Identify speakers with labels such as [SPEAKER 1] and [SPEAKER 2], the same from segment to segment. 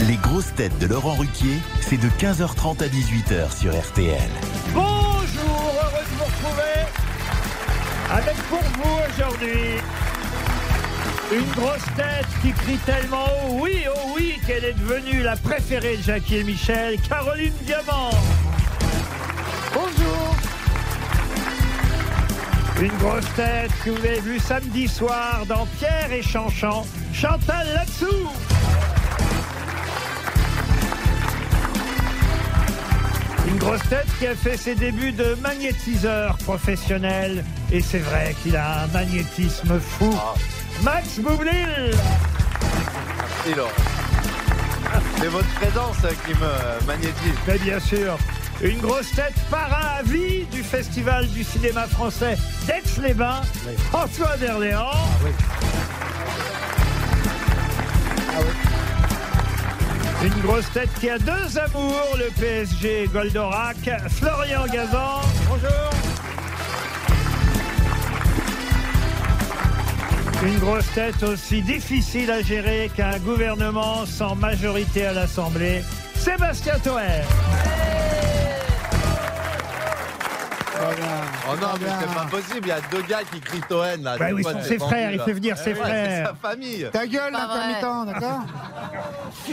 [SPEAKER 1] Les grosses têtes de Laurent Ruquier, c'est de 15h30 à 18h sur RTL.
[SPEAKER 2] Bonjour, heureux de vous retrouver avec pour vous aujourd'hui une grosse tête qui crie tellement oh oui, oh oui qu'elle est devenue la préférée de Jackie et Michel, Caroline Diamant. Bonjour. Une grosse tête que vous avez vue samedi soir dans Pierre et Chanchant, Chantal Latsou. Une grosse tête qui a fait ses débuts de magnétiseur professionnel. Et c'est vrai qu'il a un magnétisme fou.
[SPEAKER 3] Ah.
[SPEAKER 2] Max Boublil
[SPEAKER 3] Merci Laurent. C'est votre présence euh, qui me euh, magnétise.
[SPEAKER 2] Mais bien sûr, une grosse tête para à vie du Festival du cinéma français d'Aix-les-Bains, François d'Orléans. Une grosse tête qui a deux amours, le PSG et Goldorak, Florian Gazan. Bonjour. Une grosse tête aussi difficile à gérer qu'un gouvernement sans majorité à l'Assemblée, Sébastien Toer.
[SPEAKER 3] Oh non, mais
[SPEAKER 4] ah.
[SPEAKER 3] c'est pas possible, il y a deux gars qui crient Toen là.
[SPEAKER 2] Bah
[SPEAKER 3] Tout
[SPEAKER 2] oui,
[SPEAKER 3] le monde
[SPEAKER 2] c'est
[SPEAKER 3] est
[SPEAKER 2] ses
[SPEAKER 3] pendu,
[SPEAKER 2] frères, il
[SPEAKER 3] là.
[SPEAKER 2] fait venir ses
[SPEAKER 3] Eh ouais,
[SPEAKER 2] frères.
[SPEAKER 3] C'est sa famille.
[SPEAKER 4] Ta gueule,
[SPEAKER 5] Pas vrai.
[SPEAKER 4] l'intermittent, d'accord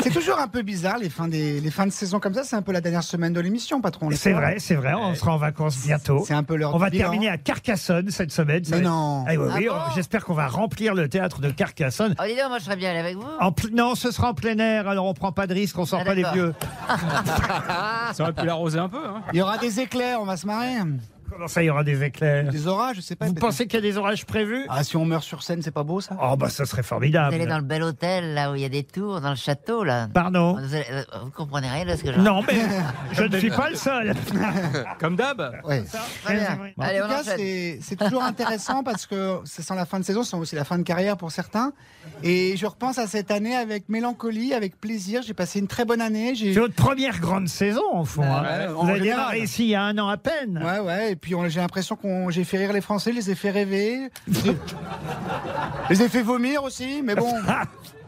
[SPEAKER 4] C'est toujours un peu bizarre les fins, des, les fins de saison comme ça. C'est un peu la dernière semaine de l'émission, patron.
[SPEAKER 2] C'est vrai, c'est vrai, on sera en vacances bientôt.
[SPEAKER 4] C'est un peu l'heure
[SPEAKER 2] On
[SPEAKER 4] du
[SPEAKER 2] va
[SPEAKER 4] bilan.
[SPEAKER 2] terminer à Carcassonne cette semaine. ça
[SPEAKER 4] Mais
[SPEAKER 2] va être-
[SPEAKER 4] non.
[SPEAKER 2] Ah oui, oui,
[SPEAKER 5] Ah
[SPEAKER 2] on-
[SPEAKER 5] bon
[SPEAKER 2] J'espère qu'on va remplir le théâtre de Carcassonne.
[SPEAKER 5] Oh, dis donc, moi, je serais bien allé avec vous.
[SPEAKER 2] En pl- non, ce sera en plein air, alors on prend pas de risque, on sort
[SPEAKER 5] Ah,
[SPEAKER 2] pas les
[SPEAKER 5] d'accord.
[SPEAKER 2] vieux.
[SPEAKER 6] Ça aurait pu l'arroser un peu. Hein.
[SPEAKER 4] Il y aura des éclairs, on va se marrer.
[SPEAKER 2] Comment ça, il y aura des éclairs
[SPEAKER 4] Des orages, je sais pas.
[SPEAKER 2] Vous
[SPEAKER 4] peut-être.
[SPEAKER 2] pensez qu'il y a des orages prévus
[SPEAKER 4] Ah, si on meurt sur scène, c'est pas beau ça
[SPEAKER 2] Oh, bah ça serait
[SPEAKER 5] Vous allez dans
[SPEAKER 2] formidable.
[SPEAKER 5] le bel hôtel, là, où il y a des tours, dans le château, là.
[SPEAKER 2] Pardon
[SPEAKER 5] Vous, allez- euh, vous comprenez rien de ce que je
[SPEAKER 2] Non, mais je ne suis pas le seul.
[SPEAKER 6] Comme d'hab.
[SPEAKER 4] Ouais.
[SPEAKER 5] Très bien.
[SPEAKER 2] Bon,
[SPEAKER 4] En
[SPEAKER 5] Allez,
[SPEAKER 4] tout
[SPEAKER 5] on
[SPEAKER 4] cas,
[SPEAKER 5] enchaîne.
[SPEAKER 4] c'est c'est toujours intéressant parce que ça sent la fin de saison, c'est aussi la fin de carrière pour certains. Et je repense à cette année avec mélancolie, avec plaisir. J'ai passé une très bonne année. J'ai
[SPEAKER 2] C'est votre première grande saison, en fond. hein.
[SPEAKER 4] Bah, ouais,
[SPEAKER 2] Vous
[SPEAKER 4] en
[SPEAKER 2] avez
[SPEAKER 4] général.
[SPEAKER 2] démarré ici il y a un an à peine.
[SPEAKER 4] Ouais, ouais, et puis on- j'ai l'impression qu'on j'ai fait rire les Français, les ai fait rêver, J'ai- les ai fait vomir aussi, mais bon,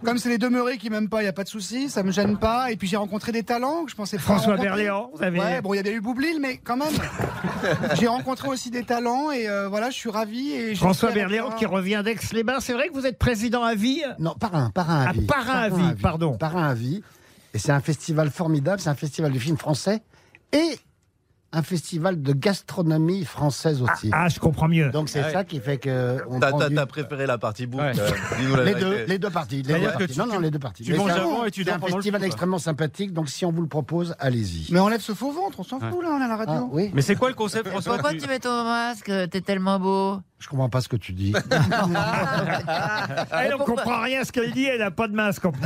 [SPEAKER 4] comme c'est les demeurés qui m'aiment pas, il n'y a pas de souci, ça me gêne pas, et puis j'ai rencontré des talents que je pensais pas
[SPEAKER 2] François
[SPEAKER 4] rencontrer.
[SPEAKER 2] Berléand, vous avez-
[SPEAKER 4] Ouais, bon, il y avait eu Boublil, mais quand même, j'ai rencontré aussi des talents, et euh, voilà, je suis ravi. Et j'espère
[SPEAKER 2] François
[SPEAKER 4] avoir-
[SPEAKER 2] Berléand qui revient d'Aix-les-Bains. C'est vrai que vous êtes président à vie
[SPEAKER 7] Non, parrain, parrain à
[SPEAKER 2] Ah,
[SPEAKER 7] vie.
[SPEAKER 2] parrain à vie, pardon.
[SPEAKER 7] Parrain à vie. Et c'est un festival formidable, c'est un festival du film français et un festival de gastronomie française
[SPEAKER 2] Ah,
[SPEAKER 7] aussi.
[SPEAKER 2] ah, je comprends mieux.
[SPEAKER 7] Donc c'est
[SPEAKER 6] Ah ouais.
[SPEAKER 7] ça qui fait que on
[SPEAKER 3] T'as-
[SPEAKER 7] prend
[SPEAKER 3] T'as
[SPEAKER 7] du-
[SPEAKER 3] t'as préféré la partie bouffe.
[SPEAKER 6] Ouais.
[SPEAKER 3] euh, Dis-nous la
[SPEAKER 7] les
[SPEAKER 3] vérité.
[SPEAKER 7] deux, les deux parties. les
[SPEAKER 6] C'est-à-dire
[SPEAKER 7] deux
[SPEAKER 6] que
[SPEAKER 7] parties.
[SPEAKER 6] tu-
[SPEAKER 7] non, non, les deux parties.
[SPEAKER 6] tu
[SPEAKER 7] Mais
[SPEAKER 6] manges
[SPEAKER 7] c'est un-
[SPEAKER 6] avant et tu
[SPEAKER 7] C'est
[SPEAKER 6] dors
[SPEAKER 7] un
[SPEAKER 6] pendant le
[SPEAKER 7] festival
[SPEAKER 6] coup, quoi.
[SPEAKER 7] extrêmement sympathique, donc si on vous le propose, allez-y.
[SPEAKER 4] Mais on lève ce faux ventre, on s'en fout, là, on est à la radio.
[SPEAKER 7] Ah, oui,
[SPEAKER 6] Mais c'est quoi le
[SPEAKER 8] Bah,
[SPEAKER 6] concept, François
[SPEAKER 5] Pourquoi
[SPEAKER 6] tu-
[SPEAKER 5] tu mets ton masque euh, T'es tellement beau.
[SPEAKER 7] je comprends pas ce que tu dis.
[SPEAKER 2] Elle, Ah, on
[SPEAKER 5] Euh, pourquoi-
[SPEAKER 2] comprend rien à ce qu'elle dit, elle n'a pas de masque en plus.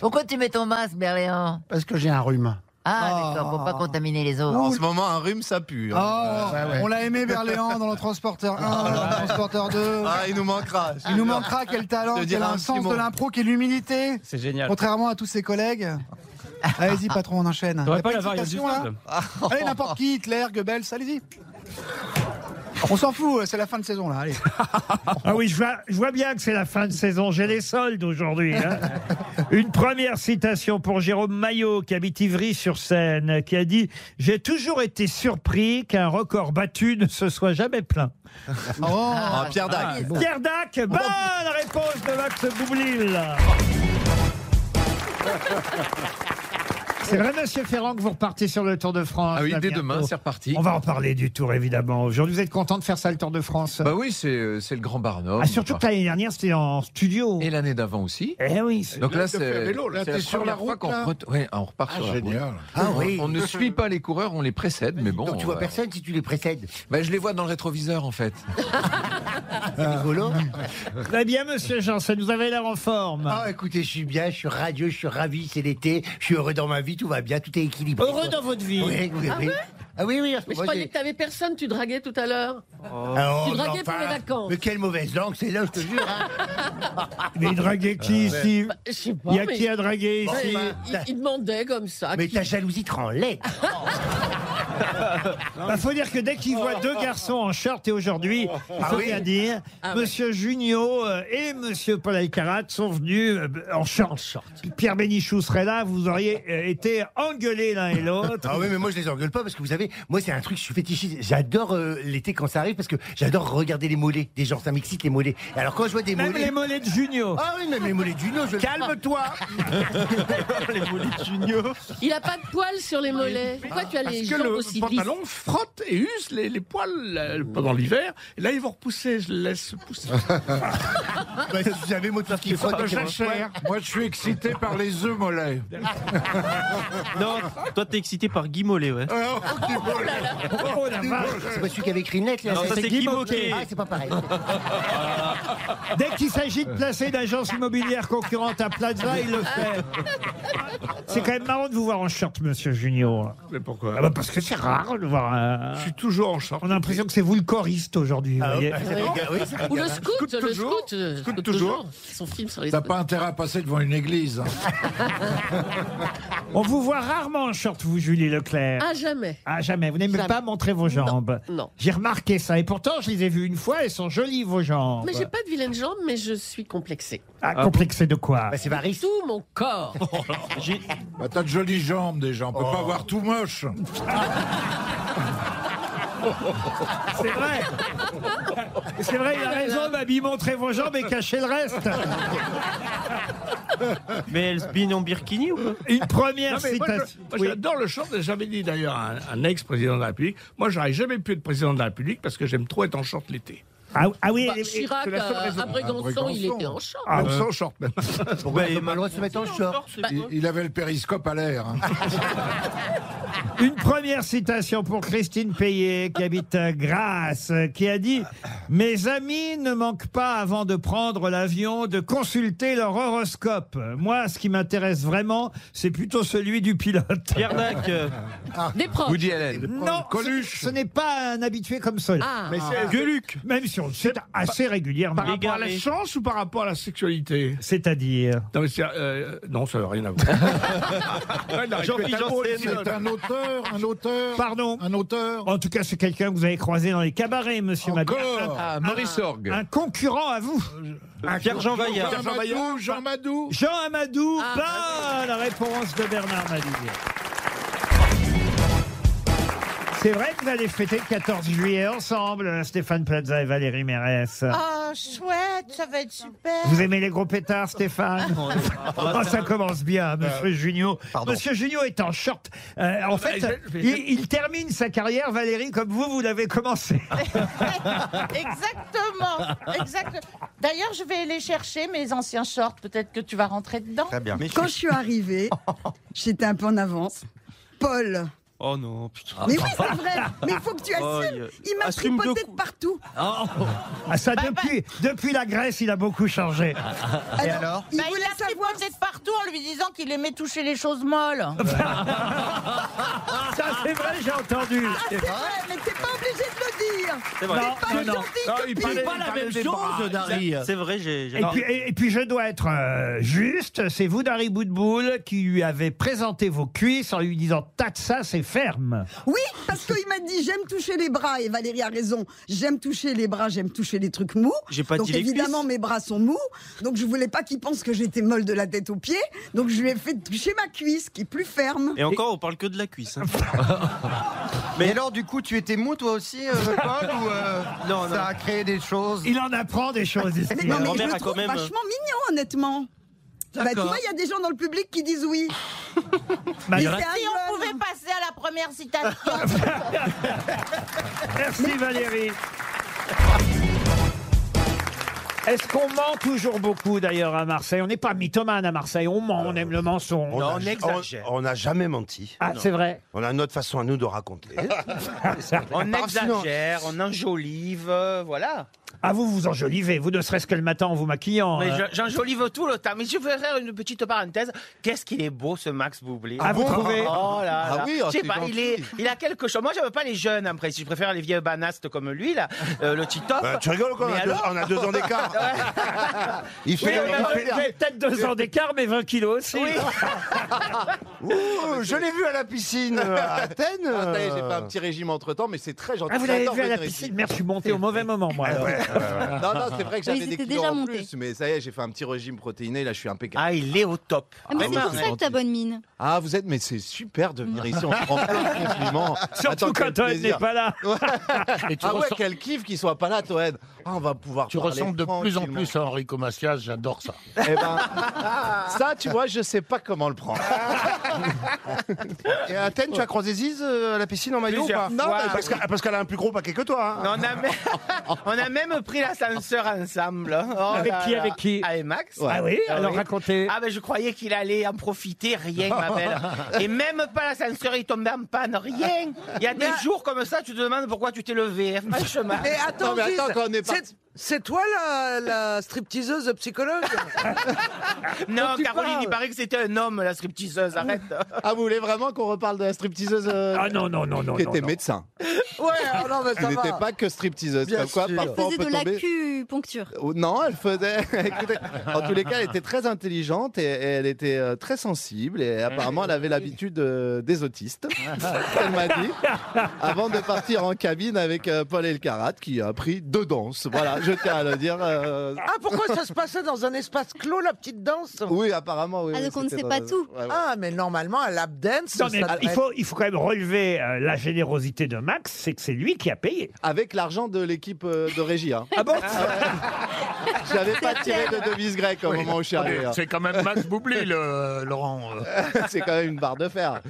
[SPEAKER 5] Pourquoi tu mets ton masque, Berléand
[SPEAKER 7] Parce que j'ai un rhume.
[SPEAKER 3] Oh.
[SPEAKER 5] Ah,
[SPEAKER 4] Ah.
[SPEAKER 5] d'accord, pour pas contaminer les
[SPEAKER 2] Ah,
[SPEAKER 3] En
[SPEAKER 5] autres.
[SPEAKER 3] ce moment, un rhume, ça pue.
[SPEAKER 4] Oh,
[SPEAKER 3] hein.
[SPEAKER 7] ouais.
[SPEAKER 4] On l'a aimé Berléand dans le Transporteur 1, dans le Transporteur 2.
[SPEAKER 3] Ah, il nous manquera.
[SPEAKER 4] Il nous manquera quel talent,
[SPEAKER 3] Je te
[SPEAKER 4] quel
[SPEAKER 3] dirai Ah. un
[SPEAKER 4] un
[SPEAKER 3] petit
[SPEAKER 4] sens
[SPEAKER 3] mot.
[SPEAKER 4] de l'impro, quelle humilité.
[SPEAKER 6] C'est génial.
[SPEAKER 4] Contrairement à tous ses collègues. Allez-y, patron, on enchaîne.
[SPEAKER 6] T'aurais
[SPEAKER 4] Y a
[SPEAKER 6] pas
[SPEAKER 4] de
[SPEAKER 6] la variante du
[SPEAKER 4] citation, là
[SPEAKER 6] stade
[SPEAKER 4] Allez, n'importe qui, Hitler, Goebbels, allez-y. On s'en fout, c'est la fin de saison là. Allez.
[SPEAKER 2] Ah oui, je vois, je vois bien que c'est la fin de saison. J'ai les soldes aujourd'hui. hein. Une première citation pour Jérôme Maillot, qui habite Ivry-sur-Seine, qui a dit « J'ai toujours été surpris qu'un record battu ne se soit jamais plein.
[SPEAKER 4] Oh.
[SPEAKER 3] Ah, Pierre Dac.
[SPEAKER 5] Ah, »
[SPEAKER 2] Pierre Dac, bonne réponse de Max Boublil C'est vrai, Monsieur Ferrand, que vous repartez sur le Tour de France.
[SPEAKER 9] Ah oui,
[SPEAKER 2] là,
[SPEAKER 9] dès
[SPEAKER 2] bientôt.
[SPEAKER 9] demain, c'est reparti.
[SPEAKER 2] On va en parler du Tour, évidemment. Aujourd'hui, vous êtes content de faire ça, le Tour de France
[SPEAKER 9] Bah oui, c'est euh, c'est le grand Barnum.
[SPEAKER 2] Ah, surtout que l'année dernière, c'était en studio.
[SPEAKER 9] Et l'année d'avant aussi.
[SPEAKER 2] Eh oui. c'est-
[SPEAKER 9] Donc là, c'est
[SPEAKER 7] Là, t'es sur la route,
[SPEAKER 9] qu'on
[SPEAKER 7] là
[SPEAKER 9] re- ouais, ah, on repart sur la route.
[SPEAKER 7] Ah
[SPEAKER 9] On-
[SPEAKER 7] oui.
[SPEAKER 9] On ne suit pas les coureurs, on les précède, mais bon.
[SPEAKER 7] Donc tu vois
[SPEAKER 9] euh,
[SPEAKER 7] personne si tu les précèdes.
[SPEAKER 9] bah, je les vois dans le rétroviseur en fait.
[SPEAKER 7] Rigolo.
[SPEAKER 2] Très bien, monsieur Janssen, vous avez l'air en forme.
[SPEAKER 7] Ah, écoutez, je suis bien, je suis radieux, je suis ravi, c'est l'été, je suis heureux dans ma vie, tout va bien, tout est équilibré.
[SPEAKER 2] Heureux dans votre vie.
[SPEAKER 7] Oui, oui, oui. Ah oui, oui, en
[SPEAKER 10] Mais
[SPEAKER 7] ce
[SPEAKER 10] je
[SPEAKER 7] moment,
[SPEAKER 10] croyais
[SPEAKER 7] j'ai-
[SPEAKER 10] que t'avais personne, tu draguais tout à l'heure.
[SPEAKER 7] Ah, oh,
[SPEAKER 10] tu draguais
[SPEAKER 7] enfin,
[SPEAKER 10] pour les vacances.
[SPEAKER 7] Mais quelle mauvaise langue, c'est là, je te jure. hein.
[SPEAKER 2] Mais draguer
[SPEAKER 9] Ah
[SPEAKER 2] qui ici
[SPEAKER 9] Bah,
[SPEAKER 10] Je sais pas,
[SPEAKER 2] Il y a
[SPEAKER 10] mais
[SPEAKER 2] qui à draguer
[SPEAKER 7] Bon,
[SPEAKER 2] ici
[SPEAKER 7] bah,
[SPEAKER 10] il, il demandait comme ça.
[SPEAKER 7] Mais
[SPEAKER 10] qui-
[SPEAKER 6] Ah,
[SPEAKER 7] ta jalousie te rend laid.
[SPEAKER 2] Il Bah, faut dire que dès qu'il voit deux garçons en short, et aujourd'hui, il faut
[SPEAKER 3] oui.
[SPEAKER 2] bien dire, Monsieur Junio euh, et Monsieur Paul Alcarat sont venus euh, en short. Pierre Bénichou serait là, vous auriez euh, été engueulés l'un et l'autre.
[SPEAKER 11] Ah oui, mais moi je les engueule pas parce que vous savez, moi c'est un truc, je suis fétichiste. J'adore euh, l'été quand ça arrive parce que j'adore regarder les mollets des gens, ça m'excite les mollets. Et Alors quand je vois des
[SPEAKER 2] Même
[SPEAKER 11] mollets.
[SPEAKER 2] les mollets de Junio.
[SPEAKER 11] Ah oui, même les mollets du nôtre, je Ah,
[SPEAKER 2] Calme-toi
[SPEAKER 3] les mollets juniors.
[SPEAKER 10] Il a pas de poils sur les mollets. Pourquoi tu as les jambes aussi lisses
[SPEAKER 8] frotte et use les, les poils euh, pendant l'hiver. Et là, ils vont repousser. Je les laisse pousser.
[SPEAKER 11] Bah, si vous savez, moi de faire qui frotte, qui refroidit.
[SPEAKER 8] Moi, je suis excité par les œufs mollets.
[SPEAKER 12] Non, toi t'es excité par Guy Mollet, ouais.
[SPEAKER 8] Ah,
[SPEAKER 10] Ah,
[SPEAKER 2] Oh la vache.
[SPEAKER 11] C'est pas celui qui avait écrit net, là.
[SPEAKER 12] Non, ça, c'est Guy Moquet.
[SPEAKER 11] Ah, c'est pas pareil.
[SPEAKER 2] Dès qu'il s'agit de placer une agence immobilière concurrente à Plaza, il le fait. C'est quand même marrant de vous voir en short, Monsieur Junio.
[SPEAKER 8] Mais pourquoi
[SPEAKER 2] Ah bah parce que c'est rare de voir un...
[SPEAKER 8] Je suis toujours en short. Ah,
[SPEAKER 2] On a l'impression que c'est vous le choriste aujourd'hui. vous voyez.
[SPEAKER 11] Oui, c'est
[SPEAKER 10] Ou le scout,
[SPEAKER 8] Scout
[SPEAKER 10] le
[SPEAKER 8] toujours.
[SPEAKER 10] scout, euh,
[SPEAKER 8] Scout
[SPEAKER 10] scout
[SPEAKER 8] toujours.
[SPEAKER 10] toujours. Son film sur les
[SPEAKER 8] T'as
[SPEAKER 10] scouts.
[SPEAKER 8] pas intérêt à passer devant une église. hein.
[SPEAKER 10] Ah,
[SPEAKER 2] On vous voit rarement en short, vous, Julie Leclerc.
[SPEAKER 10] À jamais.
[SPEAKER 2] Ah, jamais. Vous n'aimez
[SPEAKER 10] Jamais.
[SPEAKER 2] pas montrer vos jambes.
[SPEAKER 10] non.
[SPEAKER 2] J'ai remarqué ça. Et pourtant, je les ai vues une fois. Elles sont jolies, vos jambes.
[SPEAKER 10] Mais j'ai pas de vilaines jambes, mais je suis complexée.
[SPEAKER 2] Ah, complexé de quoi
[SPEAKER 11] Bah, c'est Paris.
[SPEAKER 10] Tout mon corps.
[SPEAKER 8] Oh, Bah, T'as de jolies jambes déjà. On peut pas voir tout moche.
[SPEAKER 2] C'est vrai. C'est vrai, il a raison, Babi. Montrez vos jambes et cachez le reste.
[SPEAKER 12] Mais elle se bine en birkini ou pas
[SPEAKER 2] Une première
[SPEAKER 8] Non, Ah, mais moi, je-
[SPEAKER 2] citation.
[SPEAKER 8] moi,
[SPEAKER 2] Oui.
[SPEAKER 8] J'adore le short. J'avais dit d'ailleurs à un, un ex-président de la République. Moi, j'aurais jamais pu être président de la République parce que j'aime trop être en short l'été.
[SPEAKER 2] Ah, ah oui,
[SPEAKER 10] Bah,
[SPEAKER 2] et- et-
[SPEAKER 10] Chirac,
[SPEAKER 8] la seule
[SPEAKER 10] euh,
[SPEAKER 8] raison. euh.
[SPEAKER 10] à Brégançon, il
[SPEAKER 8] Brégançon.
[SPEAKER 10] était en chambre.
[SPEAKER 2] Ah,
[SPEAKER 8] même sans short, même.
[SPEAKER 12] Bah,
[SPEAKER 6] bah,
[SPEAKER 11] Pourquoi on n'a pas le droit de se mettre en short
[SPEAKER 8] Il, il avait le périscope à l'air. hein.
[SPEAKER 2] Une première citation pour Christine Payet, qui habite à Grasse, qui a dit Mes amis ne manquent pas, avant de prendre l'avion, de consulter leur horoscope. Moi, ce qui m'intéresse vraiment, c'est plutôt celui du pilote.
[SPEAKER 12] Pierre Dac, euh,
[SPEAKER 10] Des profs.
[SPEAKER 9] Woody Allen.
[SPEAKER 2] Non,
[SPEAKER 8] Coluche.
[SPEAKER 2] ce, ce n'est pas un habitué comme cela.
[SPEAKER 10] Ah,
[SPEAKER 8] Gueuluc.
[SPEAKER 2] Même si on le sait assez
[SPEAKER 8] Par
[SPEAKER 2] régulièrement.
[SPEAKER 8] rapport à la
[SPEAKER 12] Égaré.
[SPEAKER 8] chance ou par rapport à la sexualité
[SPEAKER 2] C'est-à-dire
[SPEAKER 8] Non, mais c'est, euh, non ça n'a rien à voir. Ouais, il aurait pu être un mot, c'est un auteur, un auteur,
[SPEAKER 2] Pardon.
[SPEAKER 8] un
[SPEAKER 6] Oh,
[SPEAKER 8] auteur.
[SPEAKER 2] En tout cas, c'est quelqu'un que vous avez croisé dans les cabarets, monsieur Mabille.
[SPEAKER 8] Encore.
[SPEAKER 9] Ah, Maurice Orgue.
[SPEAKER 2] Un concurrent à vous.
[SPEAKER 12] Pierre-Jean Vaillard.
[SPEAKER 8] Jean Madou, Jean Madou.
[SPEAKER 2] Jean Amadou,
[SPEAKER 10] Ah,
[SPEAKER 2] pas la réponse de Bernard Mabille. C'est vrai que vous allez fêter le 14 juillet ensemble, Stéphane Plaza et Valérie Mérès.
[SPEAKER 13] Oh, chouette, ça va être super.
[SPEAKER 2] Vous aimez les gros pétards, Stéphane Oh, Ça commence bien, Monsieur Junio. Monsieur Junio est en short. Euh, en fait, il, il termine sa carrière, Valérie, comme vous, vous l'avez commencé.
[SPEAKER 13] Exactement. exact. D'ailleurs, je vais aller chercher mes anciens shorts. Peut-être que tu vas rentrer dedans.
[SPEAKER 3] Ah, bien.
[SPEAKER 13] Quand je suis arrivée, j'étais un peu en avance. Paul.
[SPEAKER 12] Oh non, putain.
[SPEAKER 13] Mais oui, c'est vrai.
[SPEAKER 8] Ah,
[SPEAKER 13] Mais il faut que
[SPEAKER 4] Ah,
[SPEAKER 13] tu
[SPEAKER 12] Oh,
[SPEAKER 13] assumes.
[SPEAKER 12] il-
[SPEAKER 13] Il m'a
[SPEAKER 12] assume de
[SPEAKER 13] tripoté
[SPEAKER 12] cou-
[SPEAKER 13] de partout.
[SPEAKER 2] Ah, ça,
[SPEAKER 13] Bah,
[SPEAKER 2] depuis, depuis la Grèce, il a beaucoup changé.
[SPEAKER 13] alors
[SPEAKER 5] Bah,
[SPEAKER 13] Il voulait savoir.
[SPEAKER 5] de partout en lui disant qu'il aimait toucher les choses molles.
[SPEAKER 2] Ah, Ça, c'est vrai, j'ai entendu.
[SPEAKER 13] Ah, c'est vrai, mais t'es pas obligé de le dire.
[SPEAKER 12] C'est vrai.
[SPEAKER 2] Non,
[SPEAKER 13] Pas
[SPEAKER 2] non, non.
[SPEAKER 13] aujourd'hui, copine.
[SPEAKER 12] pas la même chose, Dari. C'est vrai, j'ai. j'ai-
[SPEAKER 2] Et puis, et- et puis je dois être euh, juste, c'est vous, Dari Boudboul, qui lui avez présenté vos cuisses en lui disant « Tâte ça, c'est ferme
[SPEAKER 13] Oui, parce qu'il m'a dit j'aime toucher les bras et Valérie a raison. J'aime toucher les bras, j'aime toucher les trucs mous.
[SPEAKER 12] J'ai pas
[SPEAKER 13] donc
[SPEAKER 12] dit les
[SPEAKER 13] évidemment
[SPEAKER 12] cuisses.
[SPEAKER 13] mes bras sont mous, donc je voulais pas qu'il pense que j'étais molle de la tête aux pieds. Donc je lui ai fait toucher ma cuisse qui est plus ferme.
[SPEAKER 12] Et encore, on parle que de la cuisse. hein.
[SPEAKER 3] Mais alors, du coup, tu étais mou toi aussi, euh, Paul ou, euh,
[SPEAKER 12] Non, non.
[SPEAKER 3] Ça a créé des choses. ».
[SPEAKER 13] Ah,
[SPEAKER 2] Il en apprend des choses ici.
[SPEAKER 13] Mais non, mais je
[SPEAKER 12] grand-mère
[SPEAKER 13] le
[SPEAKER 12] a
[SPEAKER 13] trouve
[SPEAKER 12] quand même- euh,
[SPEAKER 13] vachement mignon honnêtement. Bah, tu vois, il y a des gens dans le public qui disent oui.
[SPEAKER 2] Bah,
[SPEAKER 13] Mais
[SPEAKER 2] il y en a-
[SPEAKER 13] c'est un jeune.
[SPEAKER 5] passer à la première citation.
[SPEAKER 2] Merci Valérie. Est-ce qu'on ment toujours beaucoup d'ailleurs à Marseille On n'est pas mythomane à Marseille, on ment, on aime le mensonge.
[SPEAKER 12] Non, on exagère.
[SPEAKER 11] On n'a jamais menti.
[SPEAKER 2] Ah, c'est vrai.
[SPEAKER 11] On a notre façon à nous de raconter.
[SPEAKER 12] On exagère, on enjolive, euh, voilà.
[SPEAKER 2] Ah, vous vous enjolivez, vous ne serait-ce que le matin en vous maquillant.
[SPEAKER 12] Mais
[SPEAKER 2] hein.
[SPEAKER 12] je- j'enjolive tout le temps. Mais je vais faire une petite parenthèse. Qu'est-ce qu'il est beau ce Max Boublé
[SPEAKER 2] Ah, vous trouvez
[SPEAKER 12] Oh là
[SPEAKER 3] Ah
[SPEAKER 12] là.
[SPEAKER 3] oui, oh,
[SPEAKER 12] je sais
[SPEAKER 3] c'est
[SPEAKER 12] pas,
[SPEAKER 3] gentil.
[SPEAKER 12] il, est, il a quelque chose. Moi, j'aime pas les jeunes après. Je préfère les vieux banastes comme lui, là, euh, le Titop.
[SPEAKER 11] Bah, tu rigoles quoi on
[SPEAKER 12] Mais
[SPEAKER 11] a, deux,
[SPEAKER 12] alors
[SPEAKER 11] on a deux ans d'écart.
[SPEAKER 2] Il fait,
[SPEAKER 14] il fait-
[SPEAKER 2] peut-être deux ans d'écart, mais 20 kilos aussi.
[SPEAKER 14] Ouh, je l'ai vu à la piscine euh, à Athènes.
[SPEAKER 3] Ah, ça y est, j'ai fait un
[SPEAKER 14] euh,
[SPEAKER 3] petit régime entre temps, mais c'est très gentil.
[SPEAKER 2] Ah, vous l'avez
[SPEAKER 3] J'adore
[SPEAKER 2] vu à la
[SPEAKER 3] venir ici.
[SPEAKER 2] piscine Merde, je suis monté au mauvais moment, moi. alors.
[SPEAKER 3] Non, non, c'est vrai que
[SPEAKER 2] Mais ils
[SPEAKER 3] j'avais des
[SPEAKER 2] étaient
[SPEAKER 3] kilos
[SPEAKER 2] déjà
[SPEAKER 3] en
[SPEAKER 2] montés.
[SPEAKER 3] plus, mais ça y est, j'ai fait un petit régime protéiné, là je suis impeccable. Ah, il est au top.
[SPEAKER 15] Ah, mais c'est pour ça que t'as bonne mine.
[SPEAKER 3] Ah, vous êtes, mais c'est super de venir ici, on se rend plein de compliments.
[SPEAKER 2] Surtout quand
[SPEAKER 3] quel
[SPEAKER 2] Toen
[SPEAKER 3] plaisir.
[SPEAKER 2] n'est pas là.
[SPEAKER 3] Ouais.
[SPEAKER 16] Et tu
[SPEAKER 3] ah ouais,
[SPEAKER 16] ressens-
[SPEAKER 3] quel kiff qu'il soit pas là, Toen. Ah, on va pouvoir
[SPEAKER 16] Tu
[SPEAKER 3] parler
[SPEAKER 16] ressembles de plus en
[SPEAKER 3] tranquillement.
[SPEAKER 16] plus à Enrico Macias, j'adore ça.
[SPEAKER 3] Eh ben, ça, tu vois, je sais pas comment le prendre.
[SPEAKER 14] Et à Athènes, tu as croisé Ziz euh, à la piscine en maillot ou
[SPEAKER 12] Plusieurs
[SPEAKER 14] pas
[SPEAKER 12] fois.
[SPEAKER 14] mais parce qu'elle parce qu'elle a un plus gros paquet que toi.
[SPEAKER 12] On a, même, on a même pris l'ascenseur ensemble. Oh
[SPEAKER 14] Avec
[SPEAKER 12] là
[SPEAKER 14] qui,
[SPEAKER 12] là.
[SPEAKER 14] avec
[SPEAKER 2] qui
[SPEAKER 12] Avec Max.
[SPEAKER 2] Ouais. Ah oui Alors racontez.
[SPEAKER 12] Ah ben je croyais qu'il allait en profiter, rien ma belle. Et même pas l'ascenseur, il tombait en panne, rien. Il y a des jours comme ça, tu te demandes pourquoi tu t'es levé, hein.
[SPEAKER 14] Ah,
[SPEAKER 12] franchement.
[SPEAKER 17] Mais attends, Ziz, c'est- c'est toi la, la stripteaseuse psychologue
[SPEAKER 12] Non,
[SPEAKER 17] tu
[SPEAKER 12] Caroline,
[SPEAKER 17] parles.
[SPEAKER 12] il paraît que c'était un homme, la stripteaseuse, arrête.
[SPEAKER 3] Ah, vous voulez vraiment qu'on reparle de la stripteaseuse euh,
[SPEAKER 2] Ah non, non, non, non.
[SPEAKER 3] Qui était médecin.
[SPEAKER 17] Ouais, ah non, mais
[SPEAKER 3] Elle
[SPEAKER 17] ça va.
[SPEAKER 3] n'était pas que stripteaseuse.
[SPEAKER 17] Bien
[SPEAKER 3] Comme quoi,
[SPEAKER 17] sûr.
[SPEAKER 3] parfois, on
[SPEAKER 15] faisais
[SPEAKER 3] peut
[SPEAKER 15] de la
[SPEAKER 3] tomber-
[SPEAKER 15] cupuncture.
[SPEAKER 3] Oh, Non, elle faisait. Écoutez, en tous les cas, elle était très intelligente et, et elle était euh, très sensible. Et apparemment, elle avait l'habitude euh, des autistes. C'est ce qu'elle m'a dit. Avant de partir en cabine avec euh, Paul Elkarat, qui a pris deux danses. Voilà, je tiens à le dire. euh,
[SPEAKER 17] Ah, pourquoi ça se passait dans un espace clos, la petite danse
[SPEAKER 3] Oui, apparemment, oui.
[SPEAKER 17] Ah,
[SPEAKER 3] oui,
[SPEAKER 17] donc on ne
[SPEAKER 3] c'était
[SPEAKER 17] sait
[SPEAKER 3] dans
[SPEAKER 17] pas
[SPEAKER 3] un-
[SPEAKER 17] tout.
[SPEAKER 3] Ouais, ouais.
[SPEAKER 17] Ah, mais normalement, à lap dance,
[SPEAKER 2] Non, mais
[SPEAKER 17] ça
[SPEAKER 2] il
[SPEAKER 17] devrait
[SPEAKER 2] faut, il faut quand même relever euh, la générosité de Max, c'est que c'est lui qui a payé.
[SPEAKER 3] Avec l'argent de l'équipe euh, de régie. hein.
[SPEAKER 2] Ah bon
[SPEAKER 3] J'avais pas tiré de devise grecque au
[SPEAKER 16] Oui.
[SPEAKER 3] moment où je suis
[SPEAKER 16] Attendez,
[SPEAKER 3] arrivé, hein.
[SPEAKER 16] C'est quand même Max Boubli, le, euh, Laurent.
[SPEAKER 3] c'est quand même une barre de fer.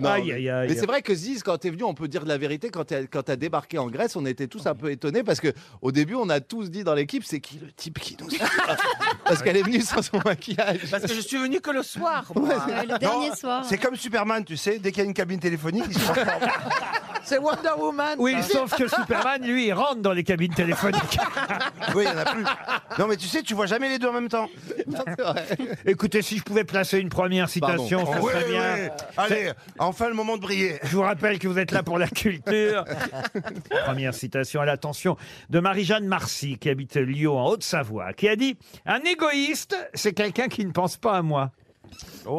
[SPEAKER 3] Non,
[SPEAKER 2] Aïe,
[SPEAKER 3] mais-
[SPEAKER 2] aïe, aïe.
[SPEAKER 3] Mais c'est vrai que Ziz, quand t'es venu, on peut dire de la vérité. Quand t'as quand t'as débarqué en Grèce, on était tous un peu étonnés parce que au début, on a tous dit dans l'équipe, c'est qui le type qui nous suit hein. Parce qu'elle est venue sans son maquillage.
[SPEAKER 12] Parce que je suis venu que le soir. moi.
[SPEAKER 3] Ah.
[SPEAKER 17] dernier soir.
[SPEAKER 14] C'est comme Superman, tu sais, dès qu'il y a une cabine téléphonique, il se transforme.
[SPEAKER 17] C'est Wonder Woman.
[SPEAKER 2] Oui, Ah. sauf que Superman, lui, il rentre dans les cabines téléphoniques.
[SPEAKER 14] oui, il n'y en a plus. Non, mais tu sais, tu vois jamais les deux en même temps.
[SPEAKER 2] Écoutez, si je pouvais placer une première
[SPEAKER 6] Ah,
[SPEAKER 2] citation, ça
[SPEAKER 14] Oh,
[SPEAKER 2] serait
[SPEAKER 14] oui,
[SPEAKER 2] bien.
[SPEAKER 14] oui. Allez, enfin le moment de briller.
[SPEAKER 2] Je vous rappelle que vous êtes là pour la culture. Première citation à l'attention de Marie-Jeanne Marcy, qui habite Lyon, en Haute-Savoie, qui a dit « Un égoïste, c'est quelqu'un qui ne pense pas à moi.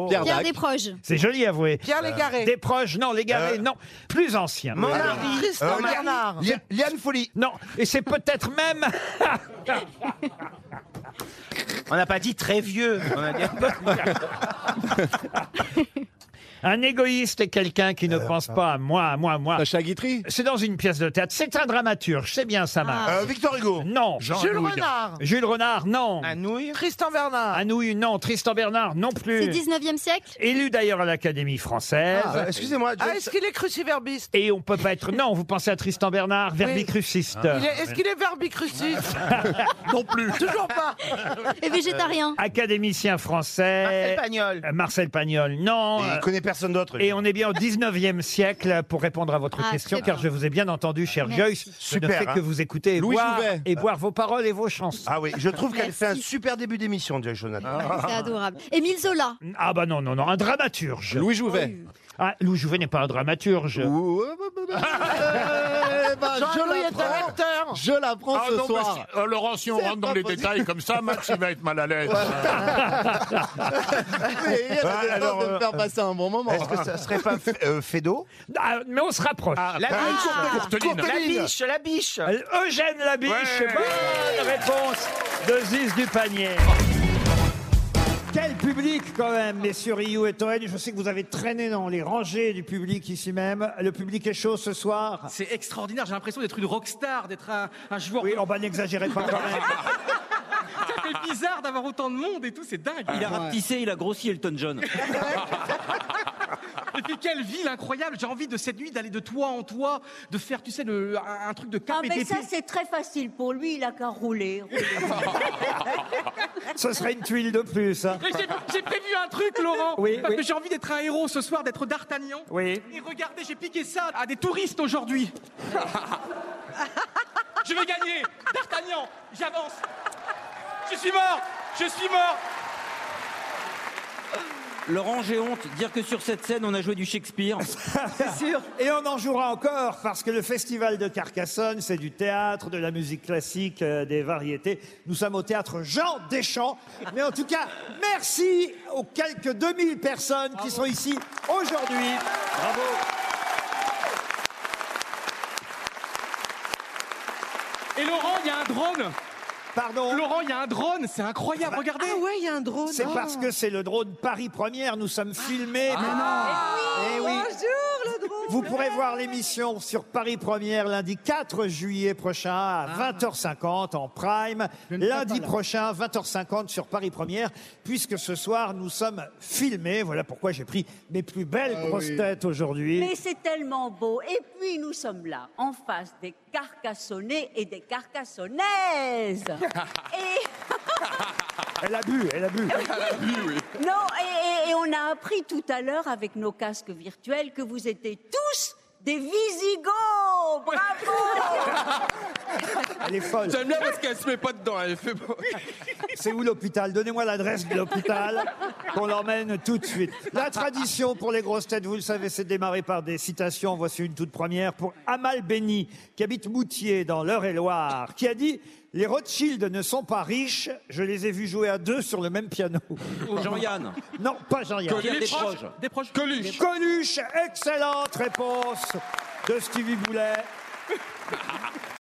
[SPEAKER 15] Pierre Pierre Dac. Desproges.
[SPEAKER 2] C'est joli, avoué.
[SPEAKER 15] Pierre Légaré.
[SPEAKER 2] Des proches, non, Légaré, non. Plus ancien.
[SPEAKER 14] Monardi. Tristan Euh, Marie. Bernard. Li-
[SPEAKER 2] Liane Folie. Non, et c'est peut-être même...
[SPEAKER 12] On n'a pas dit très vieux. On a dit un peu-
[SPEAKER 2] Un égoïste est quelqu'un qui ne
[SPEAKER 14] Euh,
[SPEAKER 2] pense
[SPEAKER 14] ah.
[SPEAKER 2] pas à moi, à moi, à moi.
[SPEAKER 3] Sacha Guitry
[SPEAKER 2] C'est dans une pièce de théâtre. C'est un dramaturge, c'est bien ça, marche.
[SPEAKER 14] Euh, Victor Hugo.
[SPEAKER 2] Non.
[SPEAKER 14] Jean Jules Anouilh. Renard.
[SPEAKER 2] Jules Renard, non.
[SPEAKER 12] Anouilh.
[SPEAKER 2] Tristan Bernard. Anouilh, non. Tristan Bernard, non plus.
[SPEAKER 15] C'est 19e siècle
[SPEAKER 2] Élu d'ailleurs à l'Académie française.
[SPEAKER 14] Ah, euh, excusez-moi, John-
[SPEAKER 17] Ah, est-ce qu'il est cruciverbiste
[SPEAKER 2] Et on peut pas être. Non, vous pensez à Tristan Bernard, verbicruciste.
[SPEAKER 17] Il est- Est-ce qu'il est verbicruciste
[SPEAKER 2] non plus.
[SPEAKER 17] Toujours pas.
[SPEAKER 15] Et végétarien.
[SPEAKER 2] Euh, Académicien français.
[SPEAKER 12] Marcel Pagnol.
[SPEAKER 2] Euh, Marcel Pagnol, non.
[SPEAKER 14] Il
[SPEAKER 2] Euh,
[SPEAKER 14] connaît personne d'autre.
[SPEAKER 2] Et on est bien au 19e siècle pour répondre à votre
[SPEAKER 15] Ah,
[SPEAKER 2] question,
[SPEAKER 15] très
[SPEAKER 2] car
[SPEAKER 15] bien.
[SPEAKER 2] je vous ai bien entendu, cher
[SPEAKER 15] Merci.
[SPEAKER 2] Joyce. Je ne
[SPEAKER 14] Super,
[SPEAKER 2] fais
[SPEAKER 14] hein.
[SPEAKER 2] que vous écouter et
[SPEAKER 14] Louis
[SPEAKER 2] boire,
[SPEAKER 14] Jouvet.
[SPEAKER 2] et boire vos paroles et vos chansons.
[SPEAKER 14] Ah oui, je trouve qu'elle
[SPEAKER 15] Merci.
[SPEAKER 14] fait un super début d'émission, Joy
[SPEAKER 6] Ah.
[SPEAKER 14] Jonathan.
[SPEAKER 15] C'est adorable. Émile Zola.
[SPEAKER 2] Ah bah non, non, non, un dramaturge.
[SPEAKER 3] Louis Jouvet.
[SPEAKER 2] Ah, Louis Jouvet n'est pas un dramaturge.
[SPEAKER 3] Eh ben,
[SPEAKER 17] Jean-Louis
[SPEAKER 18] Ah,
[SPEAKER 17] est un acteur.
[SPEAKER 3] Je l'apprends
[SPEAKER 16] Ah
[SPEAKER 3] ce
[SPEAKER 16] non, mais
[SPEAKER 3] soir.
[SPEAKER 16] si- euh, Laurent, si on
[SPEAKER 3] C'est
[SPEAKER 16] rentre dans
[SPEAKER 3] pas
[SPEAKER 16] les
[SPEAKER 3] possible.
[SPEAKER 16] détails comme ça, Max, il va être mal à l'aise.
[SPEAKER 3] Mais il y a des chances de me faire passer un bon moment.
[SPEAKER 14] Ah, euh, Est-ce que ça serait pas F- euh, Fédo
[SPEAKER 2] Ah, mais on se rapproche.
[SPEAKER 12] La
[SPEAKER 14] Ah,
[SPEAKER 12] biche.
[SPEAKER 14] Courteline.
[SPEAKER 12] La
[SPEAKER 14] Courteline.
[SPEAKER 12] biche, la biche.
[SPEAKER 2] Eugène Labiche, bonne réponse de Ziz du panier. Quel public quand même, messieurs Rioux et Toen. Je sais que vous avez traîné dans les rangées du public ici même. Le public est chaud ce soir.
[SPEAKER 6] C'est extraordinaire, j'ai l'impression d'être une rockstar, d'être un, un joueur.
[SPEAKER 2] Oui, on va n'exagérer pas quand même.
[SPEAKER 6] Ça fait bizarre d'avoir autant de monde et tout, c'est dingue.
[SPEAKER 19] Il a rapetissé, il a grossi Elton John.
[SPEAKER 6] Et puis quelle ville incroyable, j'ai envie de cette nuit d'aller de toit en toit, de faire, tu sais, le, un, un truc de cap
[SPEAKER 18] Ah,
[SPEAKER 6] et
[SPEAKER 18] mais
[SPEAKER 6] d'épée.
[SPEAKER 18] ça, c'est très facile pour lui, il a qu'à rouler. rouler.
[SPEAKER 2] Ce serait une tuile de plus. hein.
[SPEAKER 6] Mais j'ai- J'ai prévu un truc, Laurent.
[SPEAKER 2] Oui,
[SPEAKER 6] parce
[SPEAKER 2] oui.
[SPEAKER 6] que j'ai envie d'être un héros ce soir, d'être d'Artagnan.
[SPEAKER 2] Oui.
[SPEAKER 6] Et regardez, j'ai piqué ça à des touristes aujourd'hui. Je vais gagner. D'Artagnan, j'avance. Je suis mort. Je suis mort.
[SPEAKER 12] Laurent, j'ai honte. Dire que sur cette scène, on a joué du Shakespeare.
[SPEAKER 2] Et on en jouera encore parce que le festival de Carcassonne, c'est du théâtre, de la musique classique, euh, des variétés. Nous sommes au théâtre Jean Deschamps. Mais en tout cas, merci aux quelques 2000 personnes qui sont ici aujourd'hui. Bravo.
[SPEAKER 4] Et Laurent, il y a un drone
[SPEAKER 2] Pardon
[SPEAKER 4] Laurent, il y a un drone, c'est incroyable,
[SPEAKER 14] bah,
[SPEAKER 4] regardez Ah
[SPEAKER 20] ouais, il y a un drone
[SPEAKER 2] C'est parce que c'est le drone Paris Première. Nous sommes
[SPEAKER 8] Ah.
[SPEAKER 2] filmés. Eh oui.
[SPEAKER 20] Bonjour, le drone
[SPEAKER 2] Vous pourrez voir l'émission sur Paris Première lundi 4 juillet prochain à
[SPEAKER 8] Ah.
[SPEAKER 2] 20h50 en prime. Lundi prochain, 20h50 sur Paris Première, puisque ce soir nous sommes filmés. Voilà pourquoi j'ai pris mes plus belles
[SPEAKER 8] Ah
[SPEAKER 2] grosses
[SPEAKER 8] oui.
[SPEAKER 2] têtes aujourd'hui.
[SPEAKER 8] Mais c'est tellement beau. Et puis nous sommes là, en face des Carcassonnais et des Carcassonnaises.
[SPEAKER 2] Elle a bu, elle a bu.
[SPEAKER 8] Non, et, et- et on a appris tout à l'heure avec nos casques virtuels que vous étiez tous des Visigoths. Bravo
[SPEAKER 2] Elle est folle.
[SPEAKER 21] J'aime bien parce qu'elle se met pas dedans. Elle fait...
[SPEAKER 2] C'est où l'hôpital Donnez-moi l'adresse de l'hôpital qu'on l'emmène tout de suite. La tradition pour les grosses têtes, vous le savez, c'est de démarrer par des citations. Voici une toute première pour Amal Béni, qui habite Moutier, dans l'Eure-et-Loire, qui a dit « Les Rothschild ne sont pas riches, je les ai vus jouer à deux sur le même piano. »
[SPEAKER 12] Jean-Yann.
[SPEAKER 2] Non, pas Jean-Yann.
[SPEAKER 12] Pierre Desproges. Desproges.
[SPEAKER 2] Coluche. Coluche, excellente réponse de Stevie Boulet.